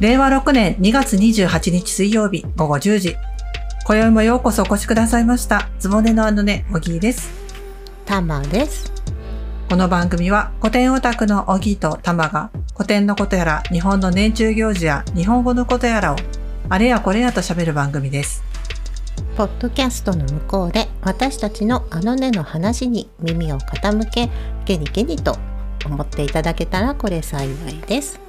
令和6年2月28日水曜日午後10時。今宵もようこそお越しくださいました。ズボネのあのね、おぎーです。たまです。この番組は古典オタクのおぎーとたまが古典のことやら日本の年中行事や日本語のことやらをあれやこれやと喋る番組です。ポッドキャストの向こうで私たちのあのねの話に耳を傾けゲリゲリと思っていただけたらこれ幸いです。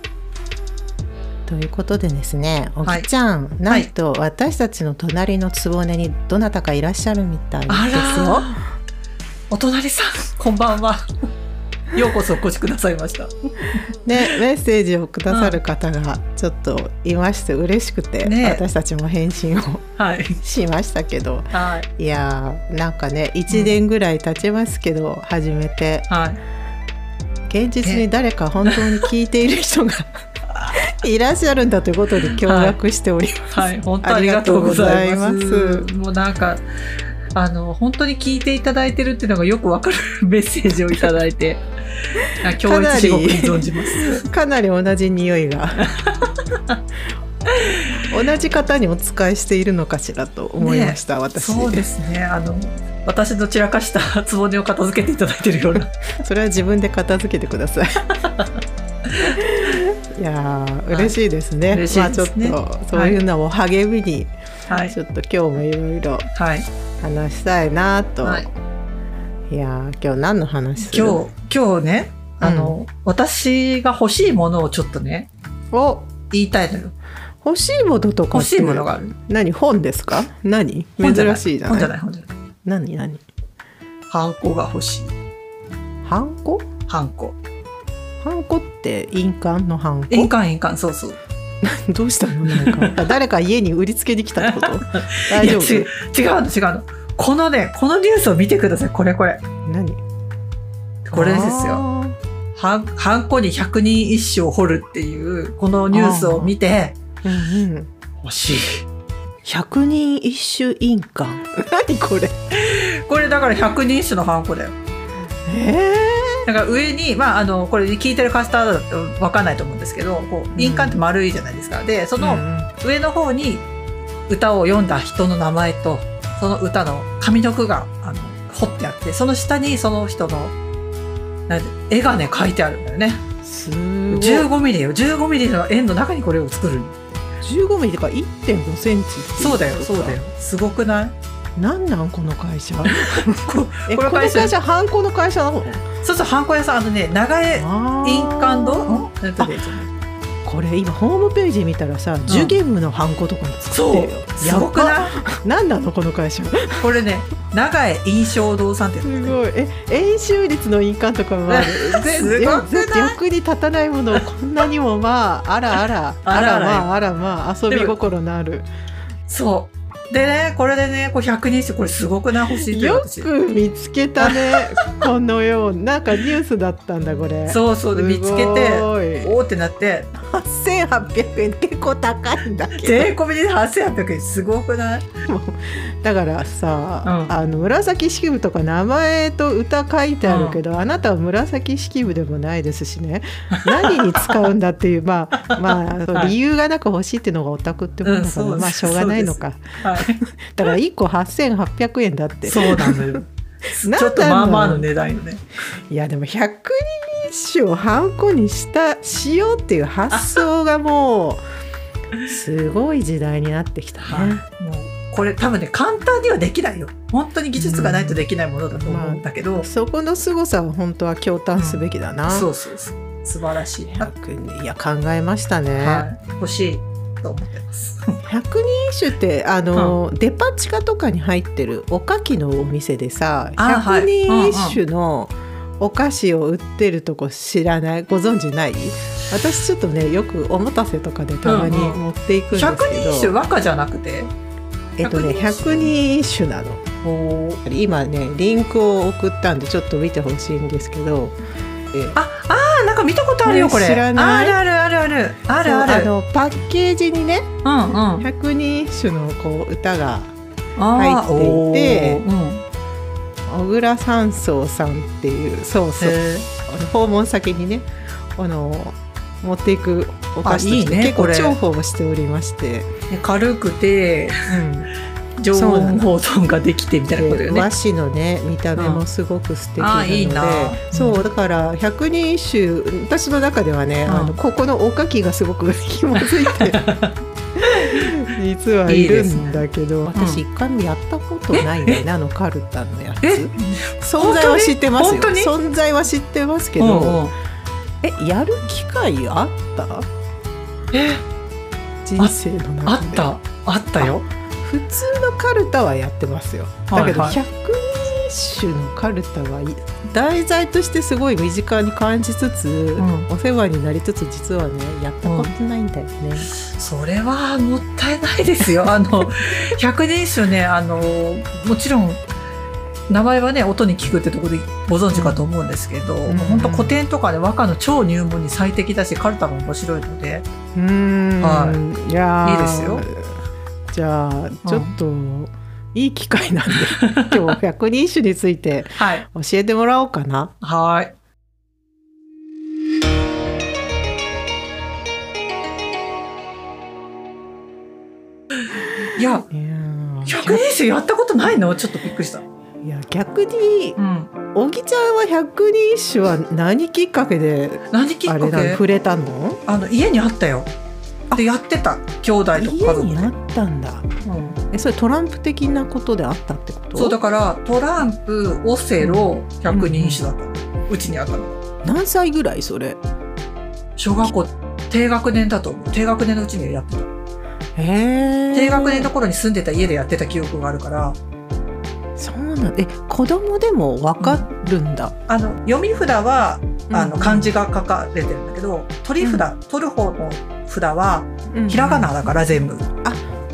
ということでですね、おはいぎちゃん、なんと私たちの隣のつぼねにどなたかいらっしゃるみたいですよ。お隣さん、こんばんは。ようこそお越しくださいました。ね、メッセージをくださる方がちょっといまして嬉しくて、ね私たちも返信をはい。しましたけど、はい。いやーなんかね1年ぐらい経ちますけど、始めてはい。現実に誰か本当に聞いている 人がいらっしゃるんだということで驚愕しております。はい。本当ありがとうございます。ありがとうございますもうなんか、あの、本当に聞いていただいてるっていうのがよくわかるメッセージをいただい て、あ強烈至極に存じます。かなり同じ匂 いが同じ方にお使いしているのかしらと思いました、私そうですね。あの、私の散らかしたつぼねを片付けていただいてるような。それは自分で片付けてく ださい。いやー嬉しいですね。嬉しいですねまあちょっとそういうのも励みに、はいち。ょっと今日もいろいろはい。話したいなと、はいい、やー今日何の話する今日、今日ね、あの、私が欲しいものをちょっとね、お言いたいのよ。欲しいものとか欲しいものがある。何本ですか何本じゃな珍しいじゃな本いじゃない、本じゃない。何何ハンコが欲しい。ハンコハンコ。ハンコって印鑑のハンコ印鑑、印鑑、そうそう。どうしたのなんか誰か家に売りつけに来たってこと大 いや丈違う夫違うの違うのこのねこのニュースを見てくださいこれこれ何これですよあはんハンコに百人一首を掘るっていうこのニュースを見てーうんうん欲しい百人一首 印鑑何これこれだから百人一首のハンコだよえだから上にまああのこれ聞いてるカスタードだと分かんないと思うんですけどこう印鑑って丸いじゃないですか、でそー、うんの上の方に歌を読んだ人の名前とその歌の上の句があの彫ってあってその下にその人のなんて絵がね書いてあるんだよねうんすごい15ミリよ15ミリの円の中にこれを作る15ミリとか1.5センチっていそうだよそうだよすごくないなんなんこの 会社こえこのこの会会社社ハンコの会社なの そうそうハンコ屋さんあのね長江あー印鑑堂んなんていうのこれ今ホームページ見たらさ、ジュゲームのハンコとかも作ってるよそうすごくない何なのこの会社 すこれね長江印象堂さんってやつねごいえ円周率の印鑑とかもある すごくないぜ役に立たないものをこんなにもまああらあらああらあららまああらまあ遊でびも心のあるそうでねこれでねこう100人してこれすごくない欲しいというよ私く見つけたねこのようななんかニュースだったんだこれそうそうで見つけておおってなって8800円結構高いんだけど税込みで8800円すごくないだからさ、うんあの紫式部とか名前と歌書いてあるけど、あなたは紫式部でもないですしね何に使うんだっていう まあまあそうはい理由がなく欲しいっていうのがオタクってもんだから、うんそうですまあしょうがないのかはいだから1個8800円だってそうなのよなんだろう ちょっとまあまあの値段よねいやでも100人一首をハンコにしたしようっていう発想がもうすごい時代になってきたね。もうこれ多分ね簡単にはできないよ本当に技術がないとできないものだと思うんだけど、そこの凄さは本当は共嘆すべきだな。そうそうそう素晴らしいな、 100人いや考えましたね。はい、欲しいと思って ます百人一首ってあの、デパ地下とかに入ってるおかきのお店でさあはい百人一首のお菓子を売ってるとこ知らないご存知ない私ちょっとねよくおもたせとかでたまにうんうん持っていくんですけど、百人一首和歌じゃなくてえっとね百百人一首なの今ねリンクを送ったんでちょっと見てほしいんですけどああーなんか見たことあるよこれね知らないあるあるあるあるあるあるのパッケージにねうんうん百人一首のこう歌があー入っていておーうん小倉三宗さんっていうそうそうへー訪問先にねあの持っていくお菓子としてあいいね結構これ重宝をしておりまして、ね軽くて常そうな温の保存ができてみたいなことでよ和ね。紙のね見た目もすごく素敵なのあで、いいなそうだから百人一首私の中ではね、うんあのここのおかきがすごく紐づい て実はいるんだけど私一回もやったことないね、あのカルタのやつえ存在は知ってます本よ当に存在は知ってますけど、うんうんえやる機会あったえ人生の中であったあったよ。普通のカルタはやってますよだけどはいは百人一首のカルタはい題材としてすごい身近に感じつつ、んお世話になりつつ実はねやったことないんだよね、それはもったいないですよ。 あの百人一首ねあのもちろん名前はね音に聞くってところでご存知かと思うんですけど、んもう本当古典とかで、和歌の超入門に最適だしカルタも面白いのでうーん、、はいやーいいですよ。じゃあちょっと、いい機会なんで 今日百人一首についてはい教えてもらおうかな。はいいやいやー百人一首やったことないのちょっとびっくりした。いや逆にうん、小木ちゃんは百人一首は何きっかけで何きっあかれだけ触れたの？あの家にあったよ。でやってた兄弟とか家家族にであったんだ。うんえそれトランプ的なことであったってこと？そうだからトランプオセロ百人一首だった、うちにあったの何歳ぐらいそれ？小学校低学年だと思う低学年のうちにやってたへえ。低学年の頃に住んでた家でやってた記憶があるからそうなんだ。え子供でもわかるんだ。あの読み札はあのうん漢字が書かれてるんだけど取り札、取る方の札はひらがなだから全部、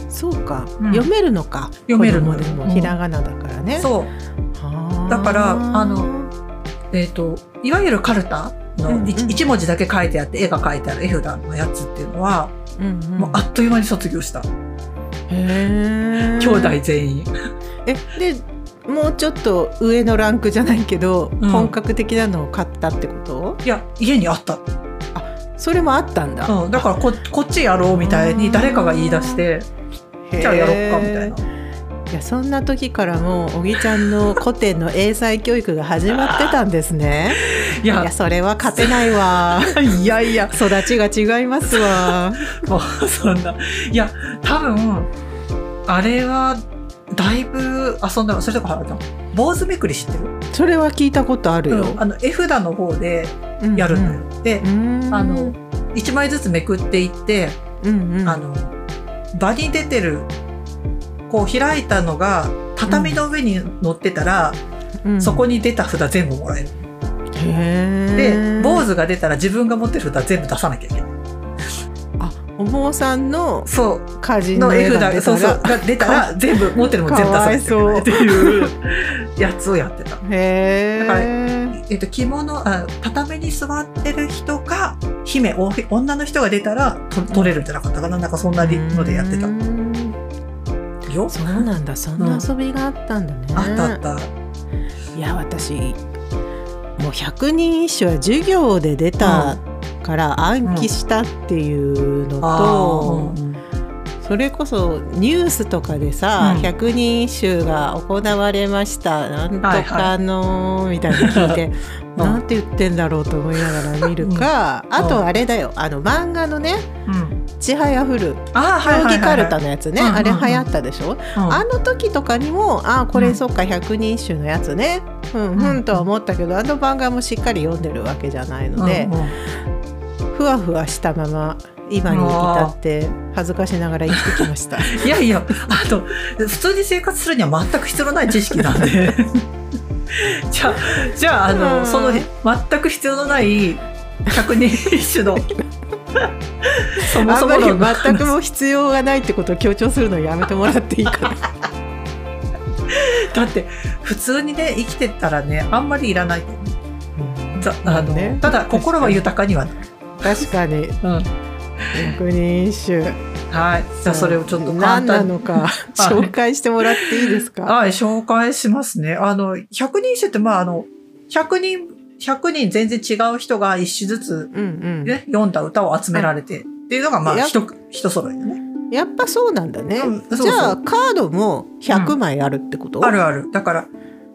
そうか、うん読めるのか読めるの子供でもうんひらがなだからね、そうはあだからあのえっ、といわゆるカルタうんうのん一一文字だけ書いてあって絵が書いてある絵札のやつっていうのは、うんうんもうあっという間に卒業した、へえ兄弟全員えでもうちょっと上のランクじゃないけど、うん本格的なのを買ったってこといや家にあったそれもあったんだ、うん、だからここっちやろうみたいに誰かが言い出してへえじゃあやろっかみたいな。いやそんな時からもう小木ちゃんの古典の英才教育が始まってたんですねいいややそれは勝てないわ いやいや育ちが違いますわもう そんないや多分あれはだいぶ遊んだそれとかあの坊主めくり知ってる、それは聞いたことあるよ、あの絵札の方でやるのよ。でああの1枚ずつめくっていって、うんうん、あの場に出てるこう開いたのが畳の上に乗ってたら、うんそこに出た札全部もらえる。でで坊主主が出たら自分が持ってる札全部出さなきゃいけない。あお坊さんのそう家人のの絵絵が札出そうたそうがら出たら全部持ってるもん全部出さないといけないっていうやつをやってた。へだからええっと着物あ畳に座ってる人か姫お女の人が出たらと取れるんじゃなかったかななんかそんなのでやってたよ。そうなんだそんな遊びがあったんだね、あったあった。いや私もう百人一首は授業で出たから暗記したっていうのと、あーうんそれこそニュースとかでさうん「百人一首が行われましたなんとかの」みたいなの聞いて うんなんて言ってんだろうと思いながら見るか、んあとあれだよあの漫画のねうん「ちはやふる」あー競はいはいはい技カルタのやつね、うんうんうんあれ流行ったでしうょ、んあの時とかにもあこうれんそっか百人一首のやつねうんうんふんとは思ったけどあの漫画もしっかり読んでるわけじゃないのでうん、うんふわふわしたまま今に至って恥ずかしながら生きてきました。いやいや、あと、普通に生活するには全く必要のない知識なんで。 じゃあ、じゃあ、あうの、んその、全く必要のない、百人一 首の、 そもあそんまもり論の全くもう必要がないってことを強調するのやめてもらって いいかなだって、普通にね、生きてたらね、あんまりいらないと思う。ざあのねただ、心は豊かにはなる。確かにうん百人一首はい。じゃあ、それをちょっと簡何な単に。のか紹介してもらっていいですかはい、紹介しますね。あの、百人一首って、まあ、あの、百人100人全然違う人が一首ずつ、うんね、読んだ歌を集められてっていうのがまいあや一一揃いだね。うん、やっぱそうなんだね、うんそうそうじゃあカードも100枚あるってこと、あるある。だから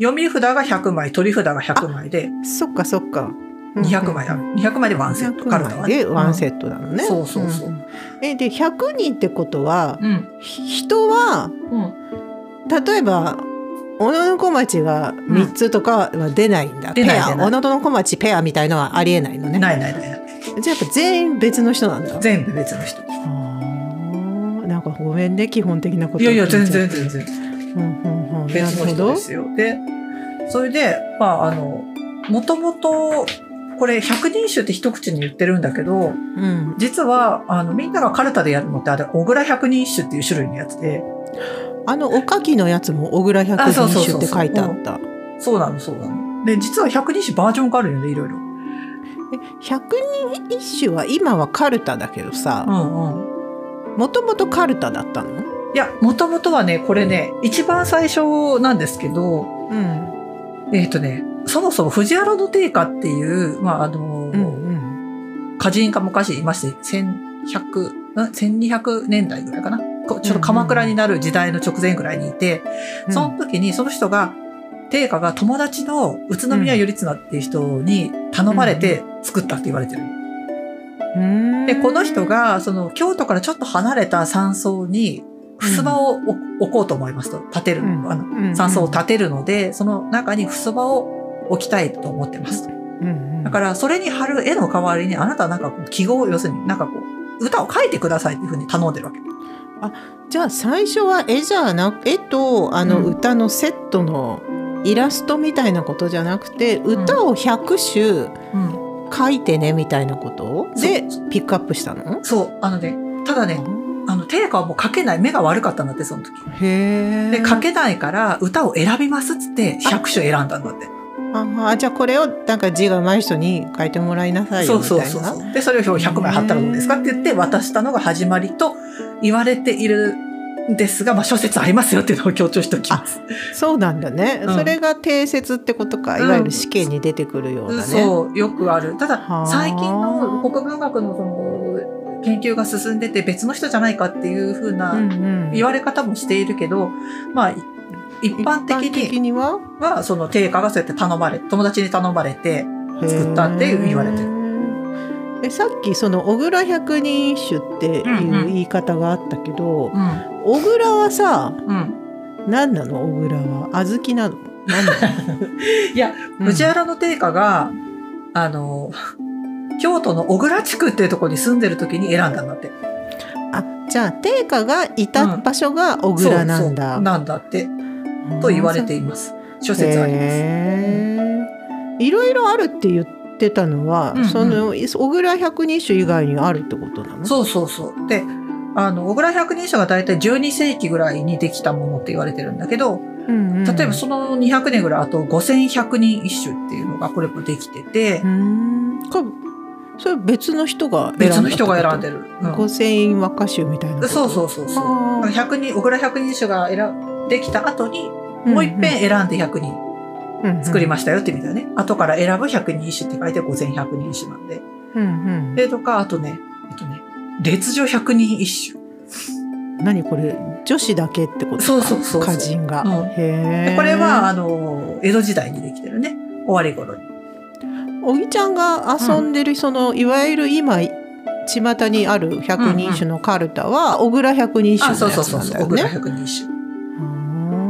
読み札が100枚取り札が100枚でそっかそっか200枚ある。200枚でワンセット。カルタ100は枚でワンセッットなのね、うんそうそうそうんえで100人ってことは、ト。うん。人はうん。例えば小野小町が3つとかは出ないんだ、出ペないア出ない小野小町ペアみたいのはありえないのねないないないない。じゃあやっぱ全員別の人なんだ全部別の人。あーなんかごめんね基本的なこといやいや、全然全然。うんうんうん別の人ですよ。で、それで、まあ、あの、もともと、これ、百人衆って一口に言ってるんだけど、なるほどうん実は、あの、みんながカルタでやるのって、あれ、小倉百人衆っていう種類のやつで、あのおかきのやつも小倉百あそう人そうそう種そうって書いてあったそうなの、そうなの。で、実は百人衆バージョンがあるよね、いろいろ。え百人一首は今はカルタだけどうさんうん。もともとカルタだったのいや、もともとはね、これね、一番最初なんですけど、うんえっ、とね、そもそも藤原の定家っていう、まあ、あの、うんうん歌人が昔いまして、1100、ん1200年代ぐらいかな。こちょっと鎌倉になる時代の直前ぐらいにいて、その時にその人が、定家が友達の宇都宮頼綱っていう人に頼まれて作ったって言われてる。うんで、この人が、その京都からちょっと離れた山荘に、襖を置置こうと思いますと、建てる、うんあうんうの、ん山荘を建てるので、その中に襖を置きたいと思ってますと。うんうんだから、それに貼る絵の代わりに、あなたはなんかこう、記号を、要するになんかこう、歌を書いてくださいっていうふうに頼んでるわけ。じゃあ最初は絵じゃな絵とあのうん歌のセットのイラストみたいなことじゃなくて、ん歌を100首うん。書いてねみたいなことでピックアップしたのそう、あのね、ただね、あの、定価はもう書けない、目が悪かったんだって、その時。へえで、書けないから、歌を選びますっつって、100首選んだんだって。ああじゃあこれをなんか字が上手い人に書いてもらいなさいよそみうたいそうなそうそう。で、それを表100枚貼ったらどうですかって言って渡したのが始まりと言われているんですが、まあ、諸説ありますよっていうのを強調しておきます。そうなんだね、うんそれが定説ってことかいうんわゆる試験に出てくるようなね、そう、よくある。たはあだ、最近の国文学のその研究が進んでて別の人じゃないかっていうふううんなうん言われ方もしているけど、まあ、い一般的一般的ににはは、その定価がそうやって頼まれ、友達に頼まれて、作ったって言われてるへー。えさっきその小倉百人一首っていんううん言い方があったけど、うん、小倉はさうん。何なの小倉は小豆なの何なの いや、うん藤原の定家が、あの、京都の小倉地区っていうところに住んでる時に選んだんだって。あじゃあ定家がいた場所が小倉なんそうだ、そうなんだって、と言われています。諸説あります。へーいろいろあるって言ってたのは、うんうんその小倉百人一首以外にあるってことなのそうそうそう。で、あの、小倉百人書が大体12世紀ぐらいにできたものって言われてるんだけど、うんうん例えばその200年ぐらい後、5100人一首っていうのがこれもできててう、んこれそれ別の人が選んだ別の人が選んるでる。五千円和歌集みたいなこうん、とそうそうそうそう。あー100人、小倉百人書が選できた後に、もう一遍選んで100人作りましたよって意味だよね。後から選ぶ百人一首って書いて5100人一首なんで。す、うんうんで、とか、あとね、えっとね、列女百人一首。何これ女子だけってことそうそうそうそう歌人が、うんへでえこれは、あの、江戸時代にできてるね。終わり頃に。おぎちゃんが遊んでるその、いわゆる今巷にある百人一首のカルタは小倉百人一あ、首そのうそやうつそうなんそう。だ小よ倉ね百人一を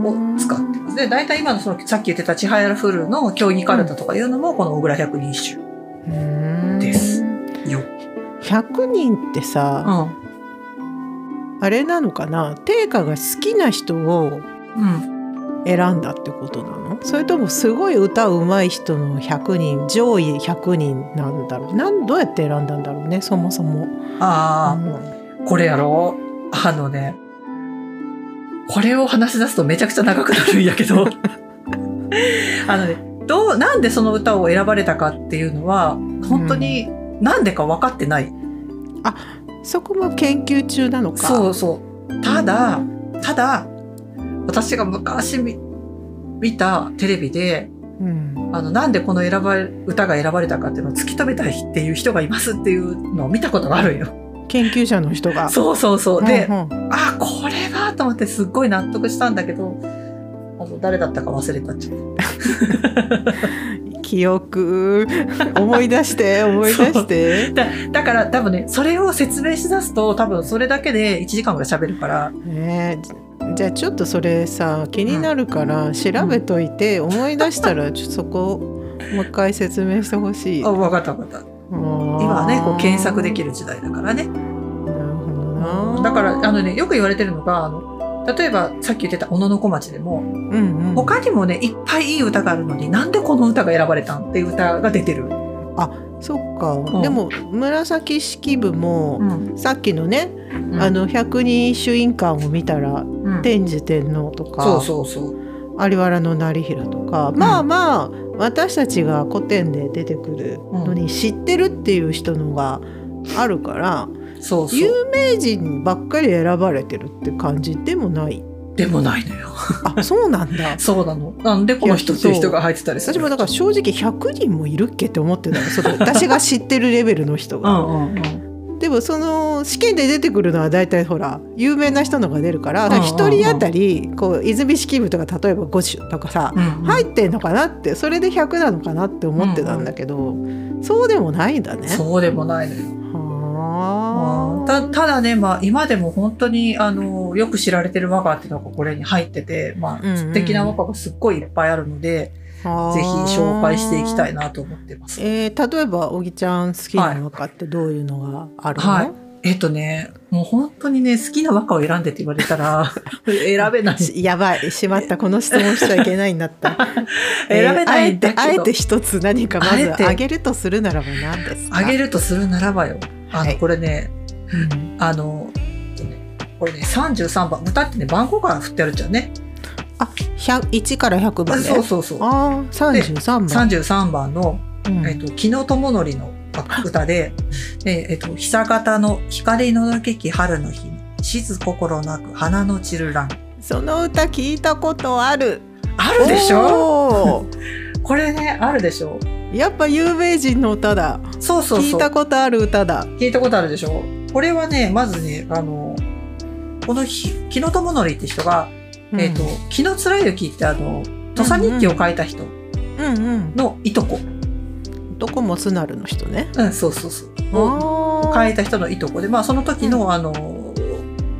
首を使ってます。で、大体今のその、さっき言ってた千早フルの競技カルタとかいうのも、この小倉百人一です首よ。 100人ってうさ、ん。あれなのかな定価が好きな人をうん。選んだってことなのそれともすごい歌うまい人の100人上位100人なんだろうなんどうやって選んだんだろうねそもそも。あうんあ、これやろあのね、これを話し出すとめちゃくちゃ長くなるんやけ ど、あのね、どう、なんでその歌を選ばれたかっていうのは、本当に、なんでか分かってない。そこも研究中なのか。そうそう。ただ、ただ、私が昔み見たテレビで、うんあのなんでこの選ばれ歌が選ばれたかっていうのを突き止めたいっていう人がいますっていうのを見たことがあるんよ。研究者の人が。そうそうそう。で、うんうんあこれはと思ってすっごい納得したんだけどあの誰だったか忘れたっちゃう記 憶思い出して思い出して。だだから多分ねそれを説明しだすと多分それだけで1時間ぐらい喋るからねえじゃあちょっとそれさ気になるから調べといて、思い出したらちょっとそこもう一回説明してほしい。あ分かった分かった今今はねこう検索できるる時代だからねほどなだからあのねよく言われてるのがあの例えばさっき言ってた小野の小町でもうんうん、他にもねいっぱいいい歌があるのになんでこの歌が選ばれたんっていう歌が出てる、そっか、んでも紫式部も、さっきのね、うんあの百人一首印鑑を見たうらん天智天皇とかそうそうそう有原の成平とか、まあまあ私たちが古典で出てくるのに知ってるっていう人のがあるから、そうそう有名人ばっかり選ばれてるって感じでもない。でもないのよあそうなんだそうなのなんでこの人っていう人が入ってたりする私もだから正直100人もいるっけって思ってたのその私が知ってるレベルの人うが。んうんうんでもその試験で出てくるのは大体ほら有名な人のが出るからうんうんうん一人当たりこう泉式部とか例えば5種とかさは入ってんのかなってそれで100なのかなって思ってたんだけど、そうでもないんだね。そうでもないのよ。はたただね、まあ、今でも本当にあのよく知られてる和歌っていうのがこれに入ってて、まあ、うんうん素敵な和歌がすっごいいっぱいあるので、あぜひ紹介していきたいな。なと思ってます。ええー、例えば小木ちゃん好きなのかってどういうのがあるの、はいっとね、もう本当にね、好きな和歌を選んでって言われたら、 選べない。し やばいしまったこの質問しちゃいけないんだった、 選べないんだけど、あえてあえて一つ何かまあえずてあげるとするならば何ですかあげるとするならばよ。あはの、いこれね、うんあの、これね、33番、歌ってね、番号が振ってあるじゃんね。あ100 1から100までそうそうそう。あー33番、 33番のうんえっと、木野智則の歌で、でえっと、久方の光のどけき春の日に、静心なく花の散る蘭。その歌聞いたことあるあるでしょょこれね、あるでしょやっぱ有名人の歌だそうそう聞いそう。たことある歌だ聞いたことあるでしょこれはね、まずね、あの、このひ木野智則って人が、えっと、木野貫之ってあの、土佐日記を書いた人うんうんのいとこ。どこもすなるの人ねうん、そうそうそう。をあ書いた人のいとこで、まあその時の、あの、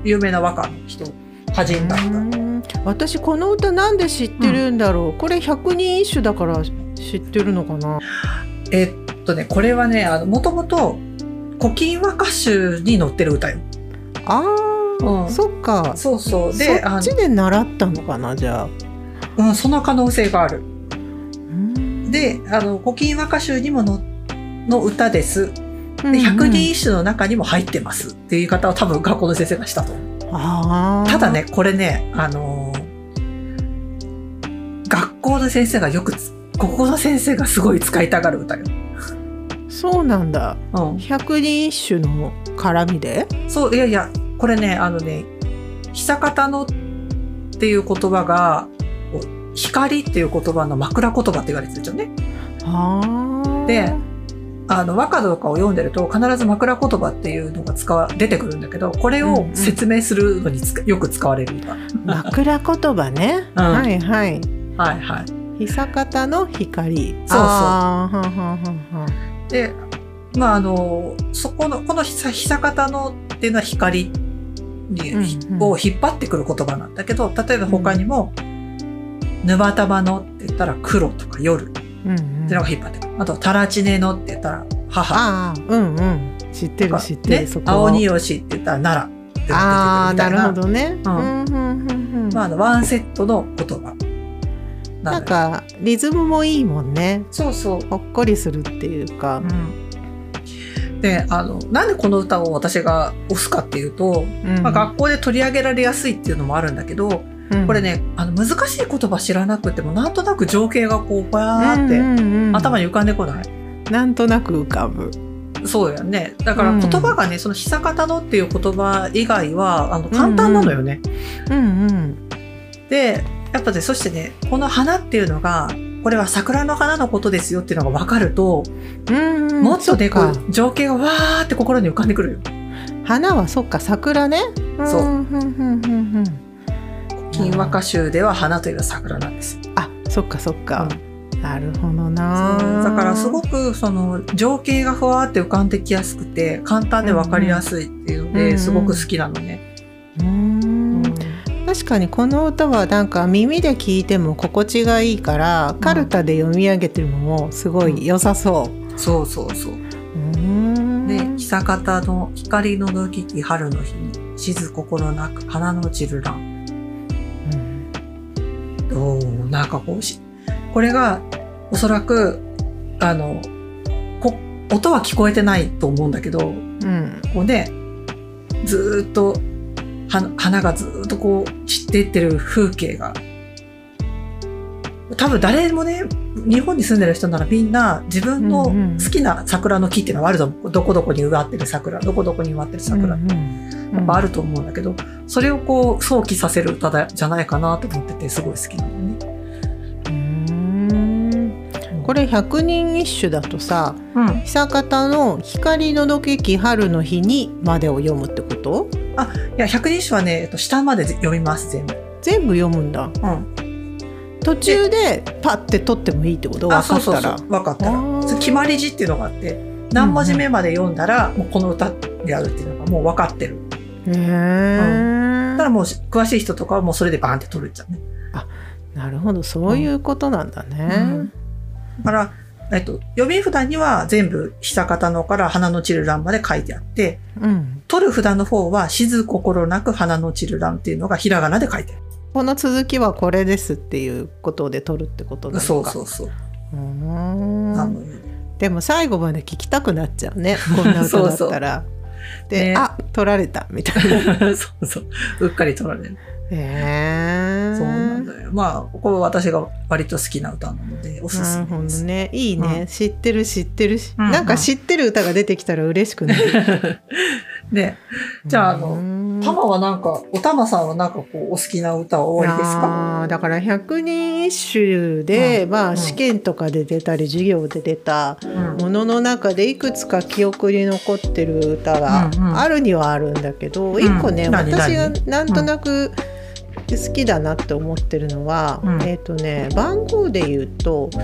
有名な和歌の人、歌人だった。うん私この歌なんで知ってるんだろう、これ百人一首だから知ってるのかなえっとね、これはね、あの、もともと、古今和歌集に載ってる歌よ。あー、うんそっかそうそう。で、そあっちで習ったのかなじゃあ、の、うん、その可能性がある。うんで、あの、古今和歌集にもの、の歌です。うんうで、ん百人一首の中にも入ってます。っていう言い方を多分学校の先生がしたと。あーただね、これね、あのー学校の先生がよくつ、ここの先生がすごい使いたがる歌よ。そうなんだうん。百人一首の絡みでそう、いやいや、これね、あのね、久方のっていう言葉が、こう光っていう言葉の枕言葉って言われてるじゃんね。あーであの、和歌とかを読んでると、必ず枕言葉っていうのが使わ、出てくるんだけど、これうんをうん説明するのにつかよく使われる歌。枕言葉ね、うんはいはいはいはい。久方の光そうそうはんはんはんはんで、まあ、あの、そこの、この久久方のっていうのは光に、うんうんを引っ張ってくる言葉なんだけど、例えば他にも、沼玉のって言ったら黒とか夜うんうっんてのが引っ張ってくる。あと、タラチネのって言ったら母ああうんうん知ってとるか、知ってるねそ、こ青鬼しって言ったら奈良って出てくるみたいな。ああなるほどね、ううんんうんうんうんまあ、あの、ワンセットの言葉。ななんんか、かリズムもいいもんねそうそう。ほっこりするっていうかうんで、あの、なんでこの歌を私が推すかっていうと、まあ、学校で取り上げられやすいっていうのもあるんだけど、これね、あの、難しい言葉知らなくても、なんとなく情景がこう、バーって、頭にに浮かんでこない。なんとなく浮かぶそうやね。だから言葉がね、その久方のっていう言葉以外は、あの、簡単なのよね。うんうんで、やっぱね、そしてね、この花っていうのが、これは桜の花のことですよっていうのが分かると、うんもっとね、そこかう情景がわーって心に浮かんでくるよ。花はそっか桜ねそうんふんふんふんふん金和歌集では花といえば桜なんです。あそっかそっか、なるほどなだからすごくその情景がふわーって浮かんできやすくて簡単で分かりやすいっていうのうんうでんすごく好きなのね。うん確かにこの歌はなんか耳で聞いても心地がいいからカルタで読み上げてるのもすごい良さそそうそうそう。う。うんで久方の光の抜きき春の日に静心なく花の散る乱うんおーなんかこうし、これがおそらく、あの、こ音は聞こえてないと思うんだけど、うんこうね、ずーっと、は花がずーっとこう散っていってる風景が、多分誰もね、日本に住んでる人ならみんな自分のうんうん好きな桜の木っていうのはあると思う。どこどこに植わってる桜、どこどこに植わってる桜、うんうんやっぱあると思うんだけど、それをこう想起させる歌だじゃないかなと思っててすごい好きなのね。うんこれ百人一首だとさうん、久方の「光のどけき春の日に」までを読むってこといや百人一首はね、えっと、下まで読みます全部。全部読むんだうん、途中でパッて取ってもいいってことあ分そかうっそうたそらう分かったあらーそう決まり字っていうのがあって何文字目まで読んだら、もうこの歌であるっていうのがもう分かってるへえ、だからもう詳しい人とかはもうそれでバーンって取るじゃんねなるほどそういうことなんだね、うんだから、えっと、読み札には全部久方のから花の散る欄まで書いてあってうん、取る札の方は静心なく花の散る欄っていうのがひらがなで書いてあるこの続きはこれですっていうことで取るってことなのかそうそうそう、うーなんのよでも最後まで聞きたくなっちゃう ねこんな歌だったらで、ねあ取られたみた いなへ そうそううっかり取られるえそうなんだよ。まあ、ここは私が割と好きな歌なので、おすすなるめほどです。ねいいね、うん知ってる知ってるし、うんうんなんか知ってる歌が出てきたら嬉しくなるで、 じゃああののたまはなんか、おたまさんはなんかこう、お好きな歌は終わりですかあーだから百人一首で、まうあん試験とかで出たり授業で出たうんものの中でいくつか記憶に残ってる歌がうんうんあるにはあるんだけど、ん一個ね、何私が何なんとなく好きだなって思ってるのは、うんえっ、とね番号で言うとうん。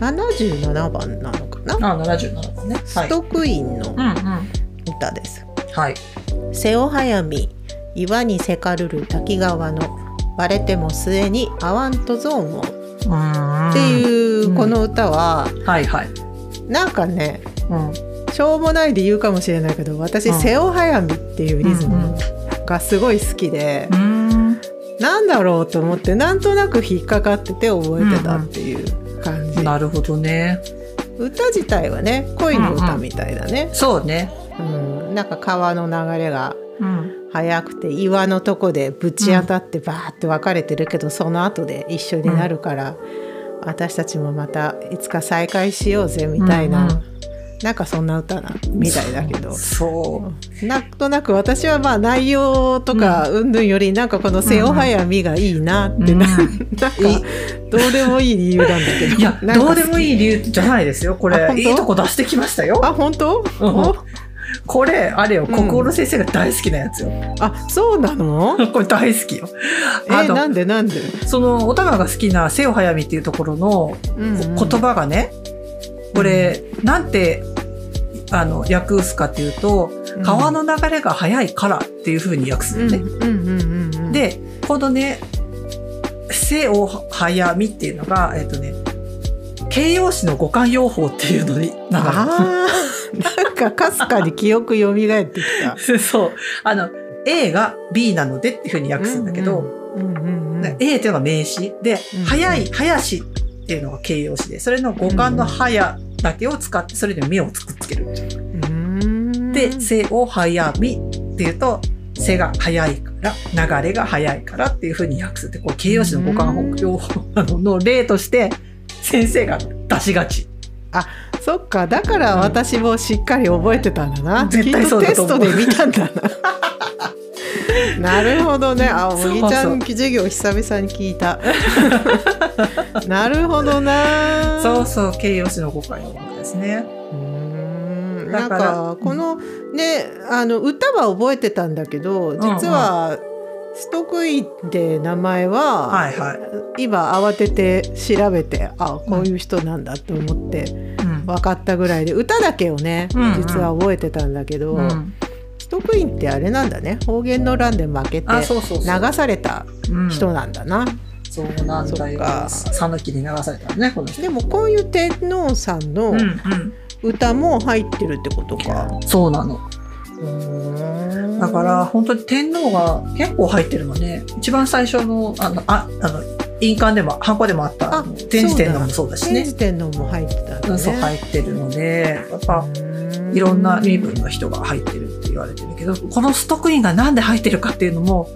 あ、 77番なのかな、 77番ね。はスい。トクインのうんうん。歌です。はい。瀬尾早見岩にせかるる滝川の割れても末にアワンとゾーンをうん。ってう。いうこの歌は、はいはい。なんかねうん。しょうもない理由かもしれないけど私、うん瀬尾早見っていうリズムがすごい好きで、なんだろうと思ってなんとなく引っかかってて覚えてたっていう感じ、なるほどね。歌自体はね恋の歌みたいだね、そうね。うんなんか川の流れがうん。早くて岩のとこでぶち当たってバーって別れてるけど、その後で一緒になるから、私たちもまたいつか再会しようぜみたいな、うんうんなんかそんな歌なみたいだけど。そなんとなく私はまあ内容とか云々よりなんかこの「瀬尾早見」がいいなってな,、うんなんかう。いどうでもいい理由なんだけどいや、なんかどうでもいい理由じゃないですよ。こあれ本、当いいとこ出してきましたよ。あ本う当、んこれ、あれよ、国語の先生が大好きなやつよ。 あそうなのこれ大好きよ。えあのなんでなんで、そのおたまが好きな「瀬尾早見」っていうところのうんう言ん葉がね、これなんてあの訳すかっていうと「川の流れが速いから」っていうふうに訳すうんのね。うんうんうんうん、でこのね「瀬尾早見」っていうのがえっ、とね形容詞の五感用法っていうのになのあーなんかかすかに記憶蘇ってきた。 そうあの A が B なのでっていうふうに訳すんだけど、うんうんうんね A っていうのは名詞でうんう「ん早い」「早し」っていうのが形容詞でそれの五感の「早」だけを使ってそれに目をつくっつける。うんで「せ」を「早み」っていうと「せ」が早いから流れが早いからっていうふうに訳すってこう形容詞の五感うんを両方あのの例として先生が出しがち。そっかだから私もしっかり覚えてたんだな。絶対そうだと思う きっとテストで見たんだな。なるほどね。あ、そう小木ちゃん授業久々に聞い た。なるほどな。そうそう形容詞の語解のものですね。うーんなだんからかこのねあの歌は覚えてたんだけど実はストクイって名前は、はいはい。今慌てて調べてあこういう人なんだと思ってうん分かったぐらいで歌だけをね、うんうん実は覚えてたんだけど、うん、ストクインってあれなんだね方言の乱で負けてあそうそうそう流されたうん人なんだな、そうなんだよそっか讃岐に流されたのねこの人。でもこういう天皇さんのうんうん、歌も入ってるってことか。そうなの。だだから本当に天皇が結構入ってるのね一番最初のあのああの印鑑でもハンコでもあったあ天智天皇もそうだし天ね智天皇も入ってたんだうね。んそう入ってるのでやっぱうんいろんな身分の人が入ってるって言われてるけどこのストックインがなんで入ってるかっていうのも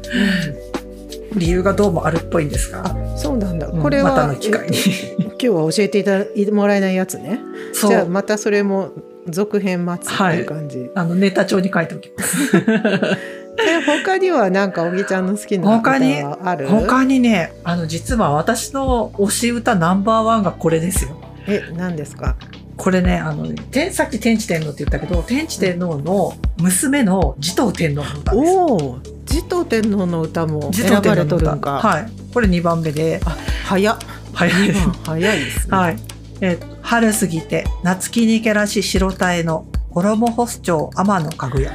理由がどうもあるっぽいんですが、あ、そうなんだ。うんこれまたはの機会にえ今日は教えていただいもらえないやつね。そじゃあうまたそれも続編待つっていう感じ。あのネタ帳に書いておきますで他にはなんか小木ちゃんの好きな歌他にはある？他にねあの実は私の推し歌ナンバーワンがこれですよえ、何ですか？これねあの天さっき天智天皇って言ったけど天智天皇の娘の持統天皇の歌です。おお、持統天皇の歌も持選統ば天皇れのとる歌んか。はいこれ2番目で早っ。早いです、うん早いですね。はいえーと春過ぎて夏木にけらし白たえの衣干す町天のかぐや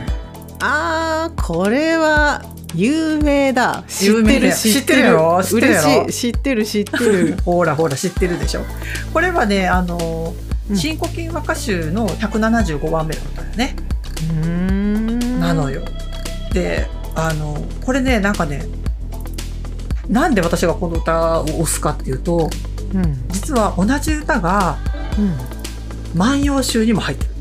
あーこれは有名だ知有って名だるよ知っ知っててるるよ知ってるよ嬉しい知ってる知ってるほらほら知ってるでしょこれはねあのうん新古今和歌集の175番目の歌だねななのよ。であのこれねなんかねなんで私がこの歌を推すかっていうとうんうん実は同じ歌が「万葉集」にも入ってる。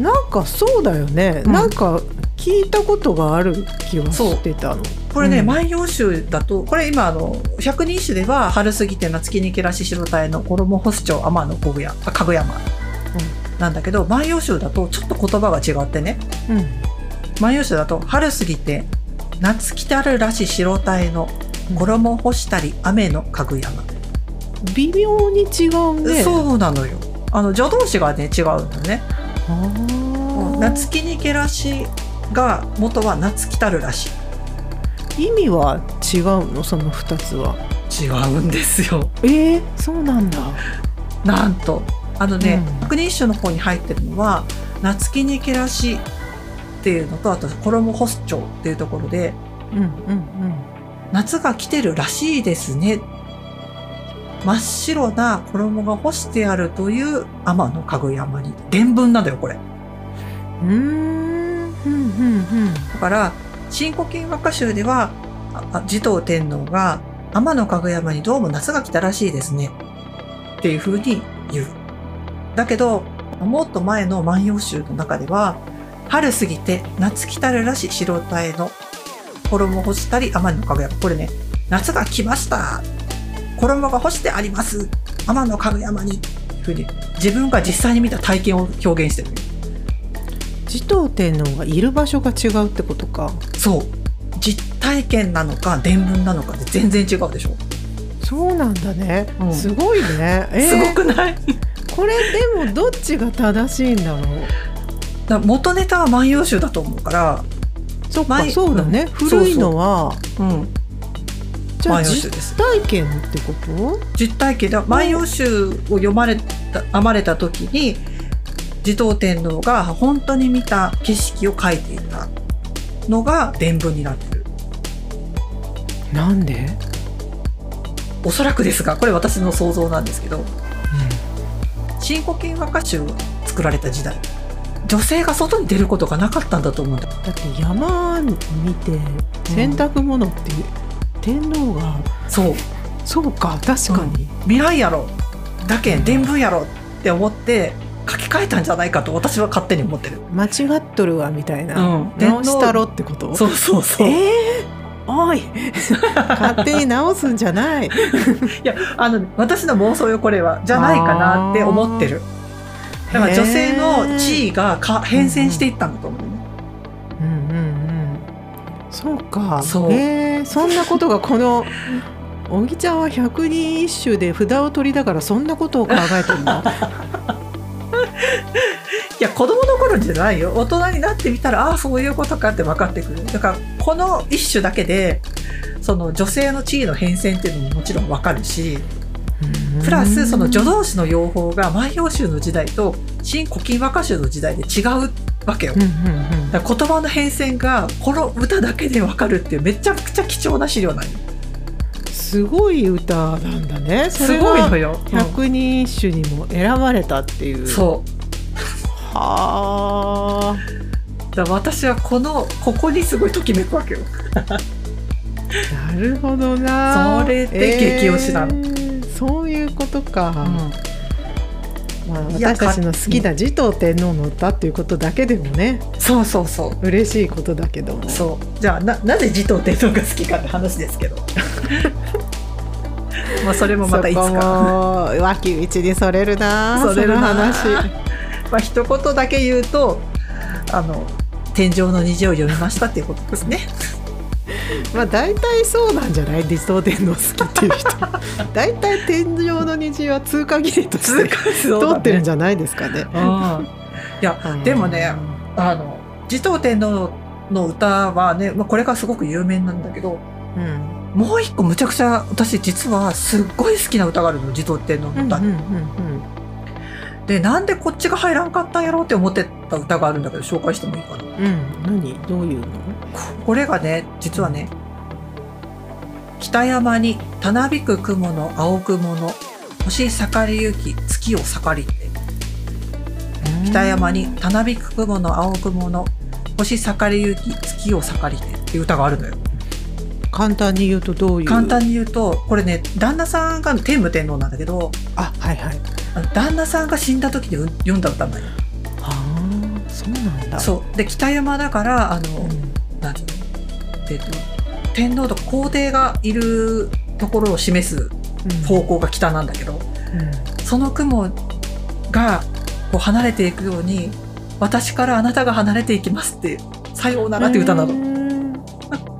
なんかそうだよね、うんなんか聞いたことがある気はしてたのこれね「うん万葉集」だとこれ今あの百人一首では「春過ぎて夏木にけらし白鯛の衣干す町天のこぐやあかぐ山」なんだけど「万葉集」だとちょっと言葉が違ってねうん「万葉集」だと「春過ぎて夏来たるらし白鯛の衣干したり雨のかぐ山」微妙に違うねそうなのよ。あの助動詞がね違うんだよね。あー夏木にけらしが元は夏来たるらし。意味は違うのその2つはい違うんですよ。えー、そうなんだなんとあのねうん、百人一首の方に入ってるのは夏木にけらしっていうのとあと衣干す帳っていうところでうんうん夏が来てるらしいですね。真っ白な衣が干してあるという天のかぐやまに伝聞なんだよこれ。うんうーんうんうんうんだから新古今和歌集ではああ持統天皇が天のかぐやまにどうも夏が来たらしいですねっていうふうに言う。だけどもっと前の万葉集の中では春過ぎて夏来たるらし白たえの衣干したり天のかぐやまこれね夏が来ました衣が干してあります天のかぐやまにっていうふうに自分が実際に見た体験を表現してる。持統天皇がいる場所が違うってことかそう実体験なのか伝聞なのかで全然違うでしょ、そうなんだね、うんすごいね、えーすごくないこれでもどっちが正しいんだろうだ元ネタは「万葉集」だと思うから、そっか前そうだね、うん古いのはうん、じゃあ万葉集実です体験ってこと実体験だ「万葉集」を読まれた編まれた時に持統天皇が本当に見た景色を描いていたのが伝聞になってるなんで、おそらくですがこれ私の想像なんですけど新古今和歌集を作られた時代女性が外に出ることがなかったんだと思うんだだって山見て洗濯物って、天皇がそうそうか確かに、未来やろだけん伝聞やろって思って書き換えたんじゃないかと私は勝手に思ってる。間違っとるわみたいな、ん直したろってことそうそうそう。いえー、おい勝手に直すんじゃないやあの私の妄想よこれはじゃないかなって思ってる。だから女性の地位がか変遷していったんだと思うね。うんうんうんそうかそうえーそんなことがこの小木ちゃんは百人一首で札を取りだからそんなことを考えてるんだいや子供の頃じゃないよ大人になってみたらああそういうことかって分かってくるだからこの一種だけでその女性の地位の変遷っていうのももちろん分かるし プラスその助動詞の用法が万葉集の時代と新古今和歌集の時代で違うわけようんうんうんだから言葉の変遷がこの歌だけで分かるっていうめちゃくちゃ貴重な資料なんよすごい歌なんだねそすれごいのがよ、うん百人一首にも選ばれたっていうそうはあだから私はこのここにすごいときめくわけよなるほどなそれで激推しなのーそういうことか、まあ、いや私たちの好きな持統天皇の歌っていうことだけでもねそうそうそう嬉しいことだけどもそうじゃあななぜ持統天皇が好きかって話ですけど まあそれもまたいつそこかも脇道にそれるなそれるなその話まあ一言だけ言うとあの天井の虹を読みましたっていうことですねまあ大体そうなんじゃない理想天皇好きっていう人 大体天井の虹は通過儀礼として通通ってるんじじゃないですかねゃんいや、でもねあの持統天皇の歌はね、まあ、これがすごく有名なんだけどうんもう一個むちゃくちゃ私実はすっごい好きな歌があるの持統天皇のうんうん歌、うんでなんでこっちが入らんかったんやろうって思ってた歌があるんだけど紹介してもいいかなうんうん何どういうのこれがね実はね北山にたなびく雲の青雲の星盛りゆき月を盛りって北山にたなびく雲の青雲の星盛りゆき月を盛りってっていう歌があるのよ簡単に言うとどういう簡単に言うとこれね旦那さんが天武天皇なんだけどあはいはいあの旦那さんが死んだ時にうん読んだ歌なのよああそうなんだそうで北山だからあの、んなんていうのえっと天皇とか皇帝がいるところを示す方向が北なんだけど、その雲がこう離れていくように私からあなたが離れていきますってさようならって歌なの、の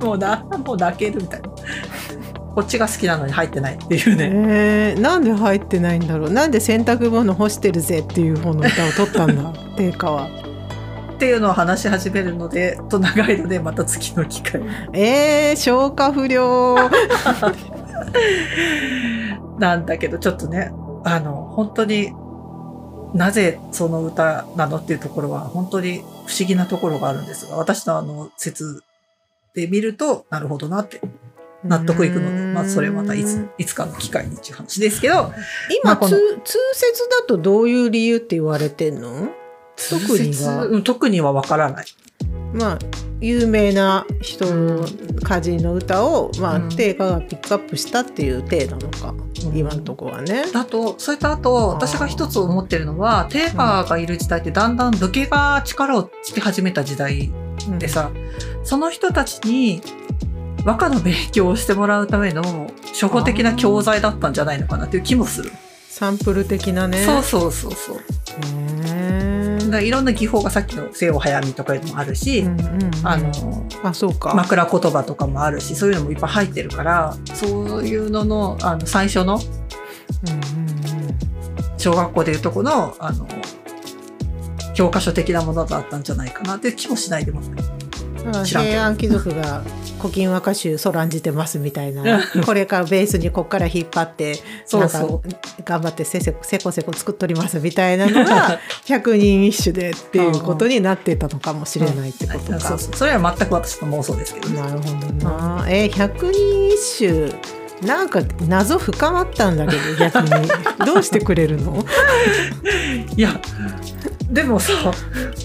もうなもう泣けるみたいなこっちが好きなのに入ってないっていうね、えー、なんで入ってないんだろうなんで洗濯物干してるぜっていう方の歌を取ったんだ 定価はっていうのを話し始めるのでと長いのでまた次の機会にえー、消化不良なんだけど、ちょっとね、あの、本当に、なぜその歌なのっていうところは、本当に不思議なところがあるんですが、私のあの、説で見ると、なるほどなって、 納得いくので、まあ、それまたいつ、いつかの機会にっていう話ですけど、ま今、あこの通通説だとどういう理由って言われてんの特にはうん特にはわからない。まあ有名な人うの歌人の歌を、まあうん定価がピックアップしたっていう体なのか、今のとこはね。だと、それとあと、私が一つ思ってるのは、テーマがいる時代ってだんだん武家が力をつけ始めた時代でさ、その人たちに和歌の勉強をしてもらうための初歩的な教材だったんじゃないのかなっていう気もする。サンプル的なね。そうそうそうそう。だへーからいろんな技法がさっきの西洋早見とかいうのもあるし、うんうんうんあの、あそうか。枕言葉とかもあるし、そういうのもいっぱい入ってるから、そういうのの、あの、最初のうんうんうん小学校でいうとこの、あの、教科書的なものだったんじゃないかなっていう気もしないでもない。まあ知らんけど平安貴族が古今和歌集そらんじてますみたいなこれからベースにこっから引っ張ってそうそうなんか頑張ってせせせこせこ作っとりますみたいなのが百人一首でっていうことになってたのかもしれないってことそうか。そうそれは全く私の妄想ですけどね。なるほどな。えー、百人一首なんか謎深まったんだけど逆 にどうしてくれるのいや、でもさ、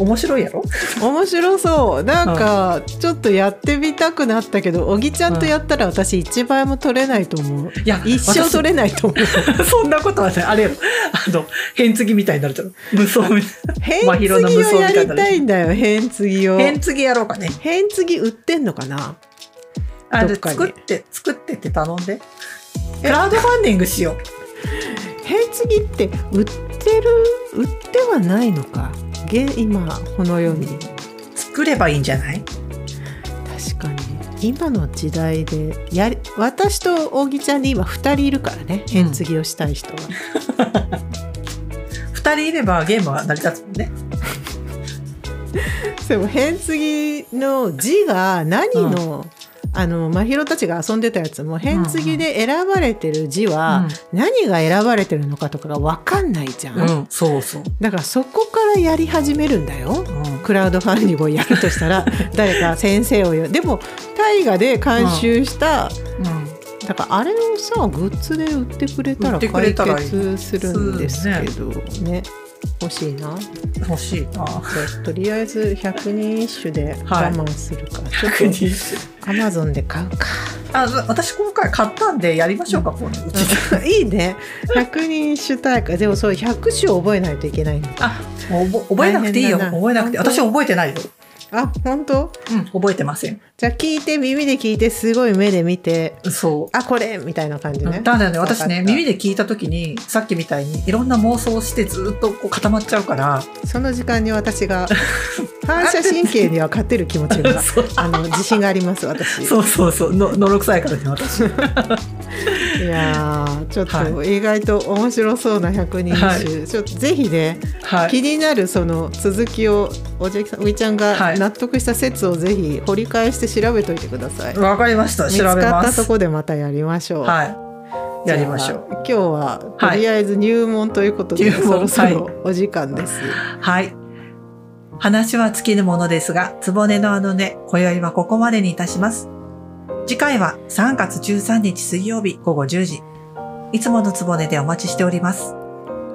面白いやろ面白そうなんかちょっとやってみたくなったけど小木ちゃんとやったら私一倍も取れないと思う。いや、一生取れないと思う。私 そんなことはね、あれよ、あの、変継ぎみたいになるじゃん。無双みたい変真宙の無継ぎ双みをたいにやりなるたいんだよ、変継ぎをな。。変継ぎやろうかね。変継ぎ売ってんのかなあどれっかに作って、作ってって頼んで。クラウドファンディングしよう。変継ぎって売ってる売ってはないのか。現今この世に。作ればいいんじゃない確かに。今の時代でやり私と扇ちゃんに今2人いるからねうん変継ぎをしたい人は、二人いればゲームは成り立つもんね。でも変継ぎの字が何の、あのまひろたちが遊んでたやつも変継ぎで選ばれてる字は何が選ばれてるのかとかが分かんないじゃん、うん、そうそう。だからそこからやり始めるんだようんクラウドファンディングをやるとし たら誰か先生をよでも大河で監修した、だからあれをさグッズで売ってくれた売らってくれ解たらいい決するんですけどね欲しいな欲しいな。そうとりあえず100人一首ではい我慢するから、 確ちょっ認とアマゾンで買うかあ、そう私今回買ったんでやりましょうか、今度うちで。いいね100人一首大会でもそう100首覚えないといけないんだあ、もう覚覚えなくていいよ。大変だな覚えなくて。本当私覚えてないよ。あ本当うん、覚えてません。じゃあ聞いて耳で聞いてすごい目で見てそう。あこれみたいな感じねただね、私わね、かった耳で聞いた時に、さっきみたいに、いろんな妄想をしてずっとこう固まっちゃうから、その時間に 私が反射神経には勝てる気持ちがそうあの自信があります私そうそうそう、の、のろくさいからね、 私。いやーちょっとは意外と面白そうな百人一首、ちょっとぜひね、は気い。になるその続きをおじさんういちゃんはがい納得した説をぜひ掘り返して調べといてください、わかりました。見つ調べかまったすと。こでまたやりましょう、はい。やりましょう。じゃあ今日はとはいりあえず入門ということで、入門そろそろお時間です、はい。話は尽きぬものですが、つぼねのあのね、今宵はここまでにいたします。次回は3月13日水曜日午後10時。いつものつぼねでお待ちしております。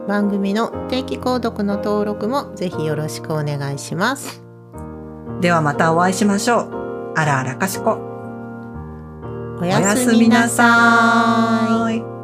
番組の定期購読の登録もぜひよろしくお願いしますではまたお会いしましょう。あらあらかしこ。おおややすすみみなさないさーい。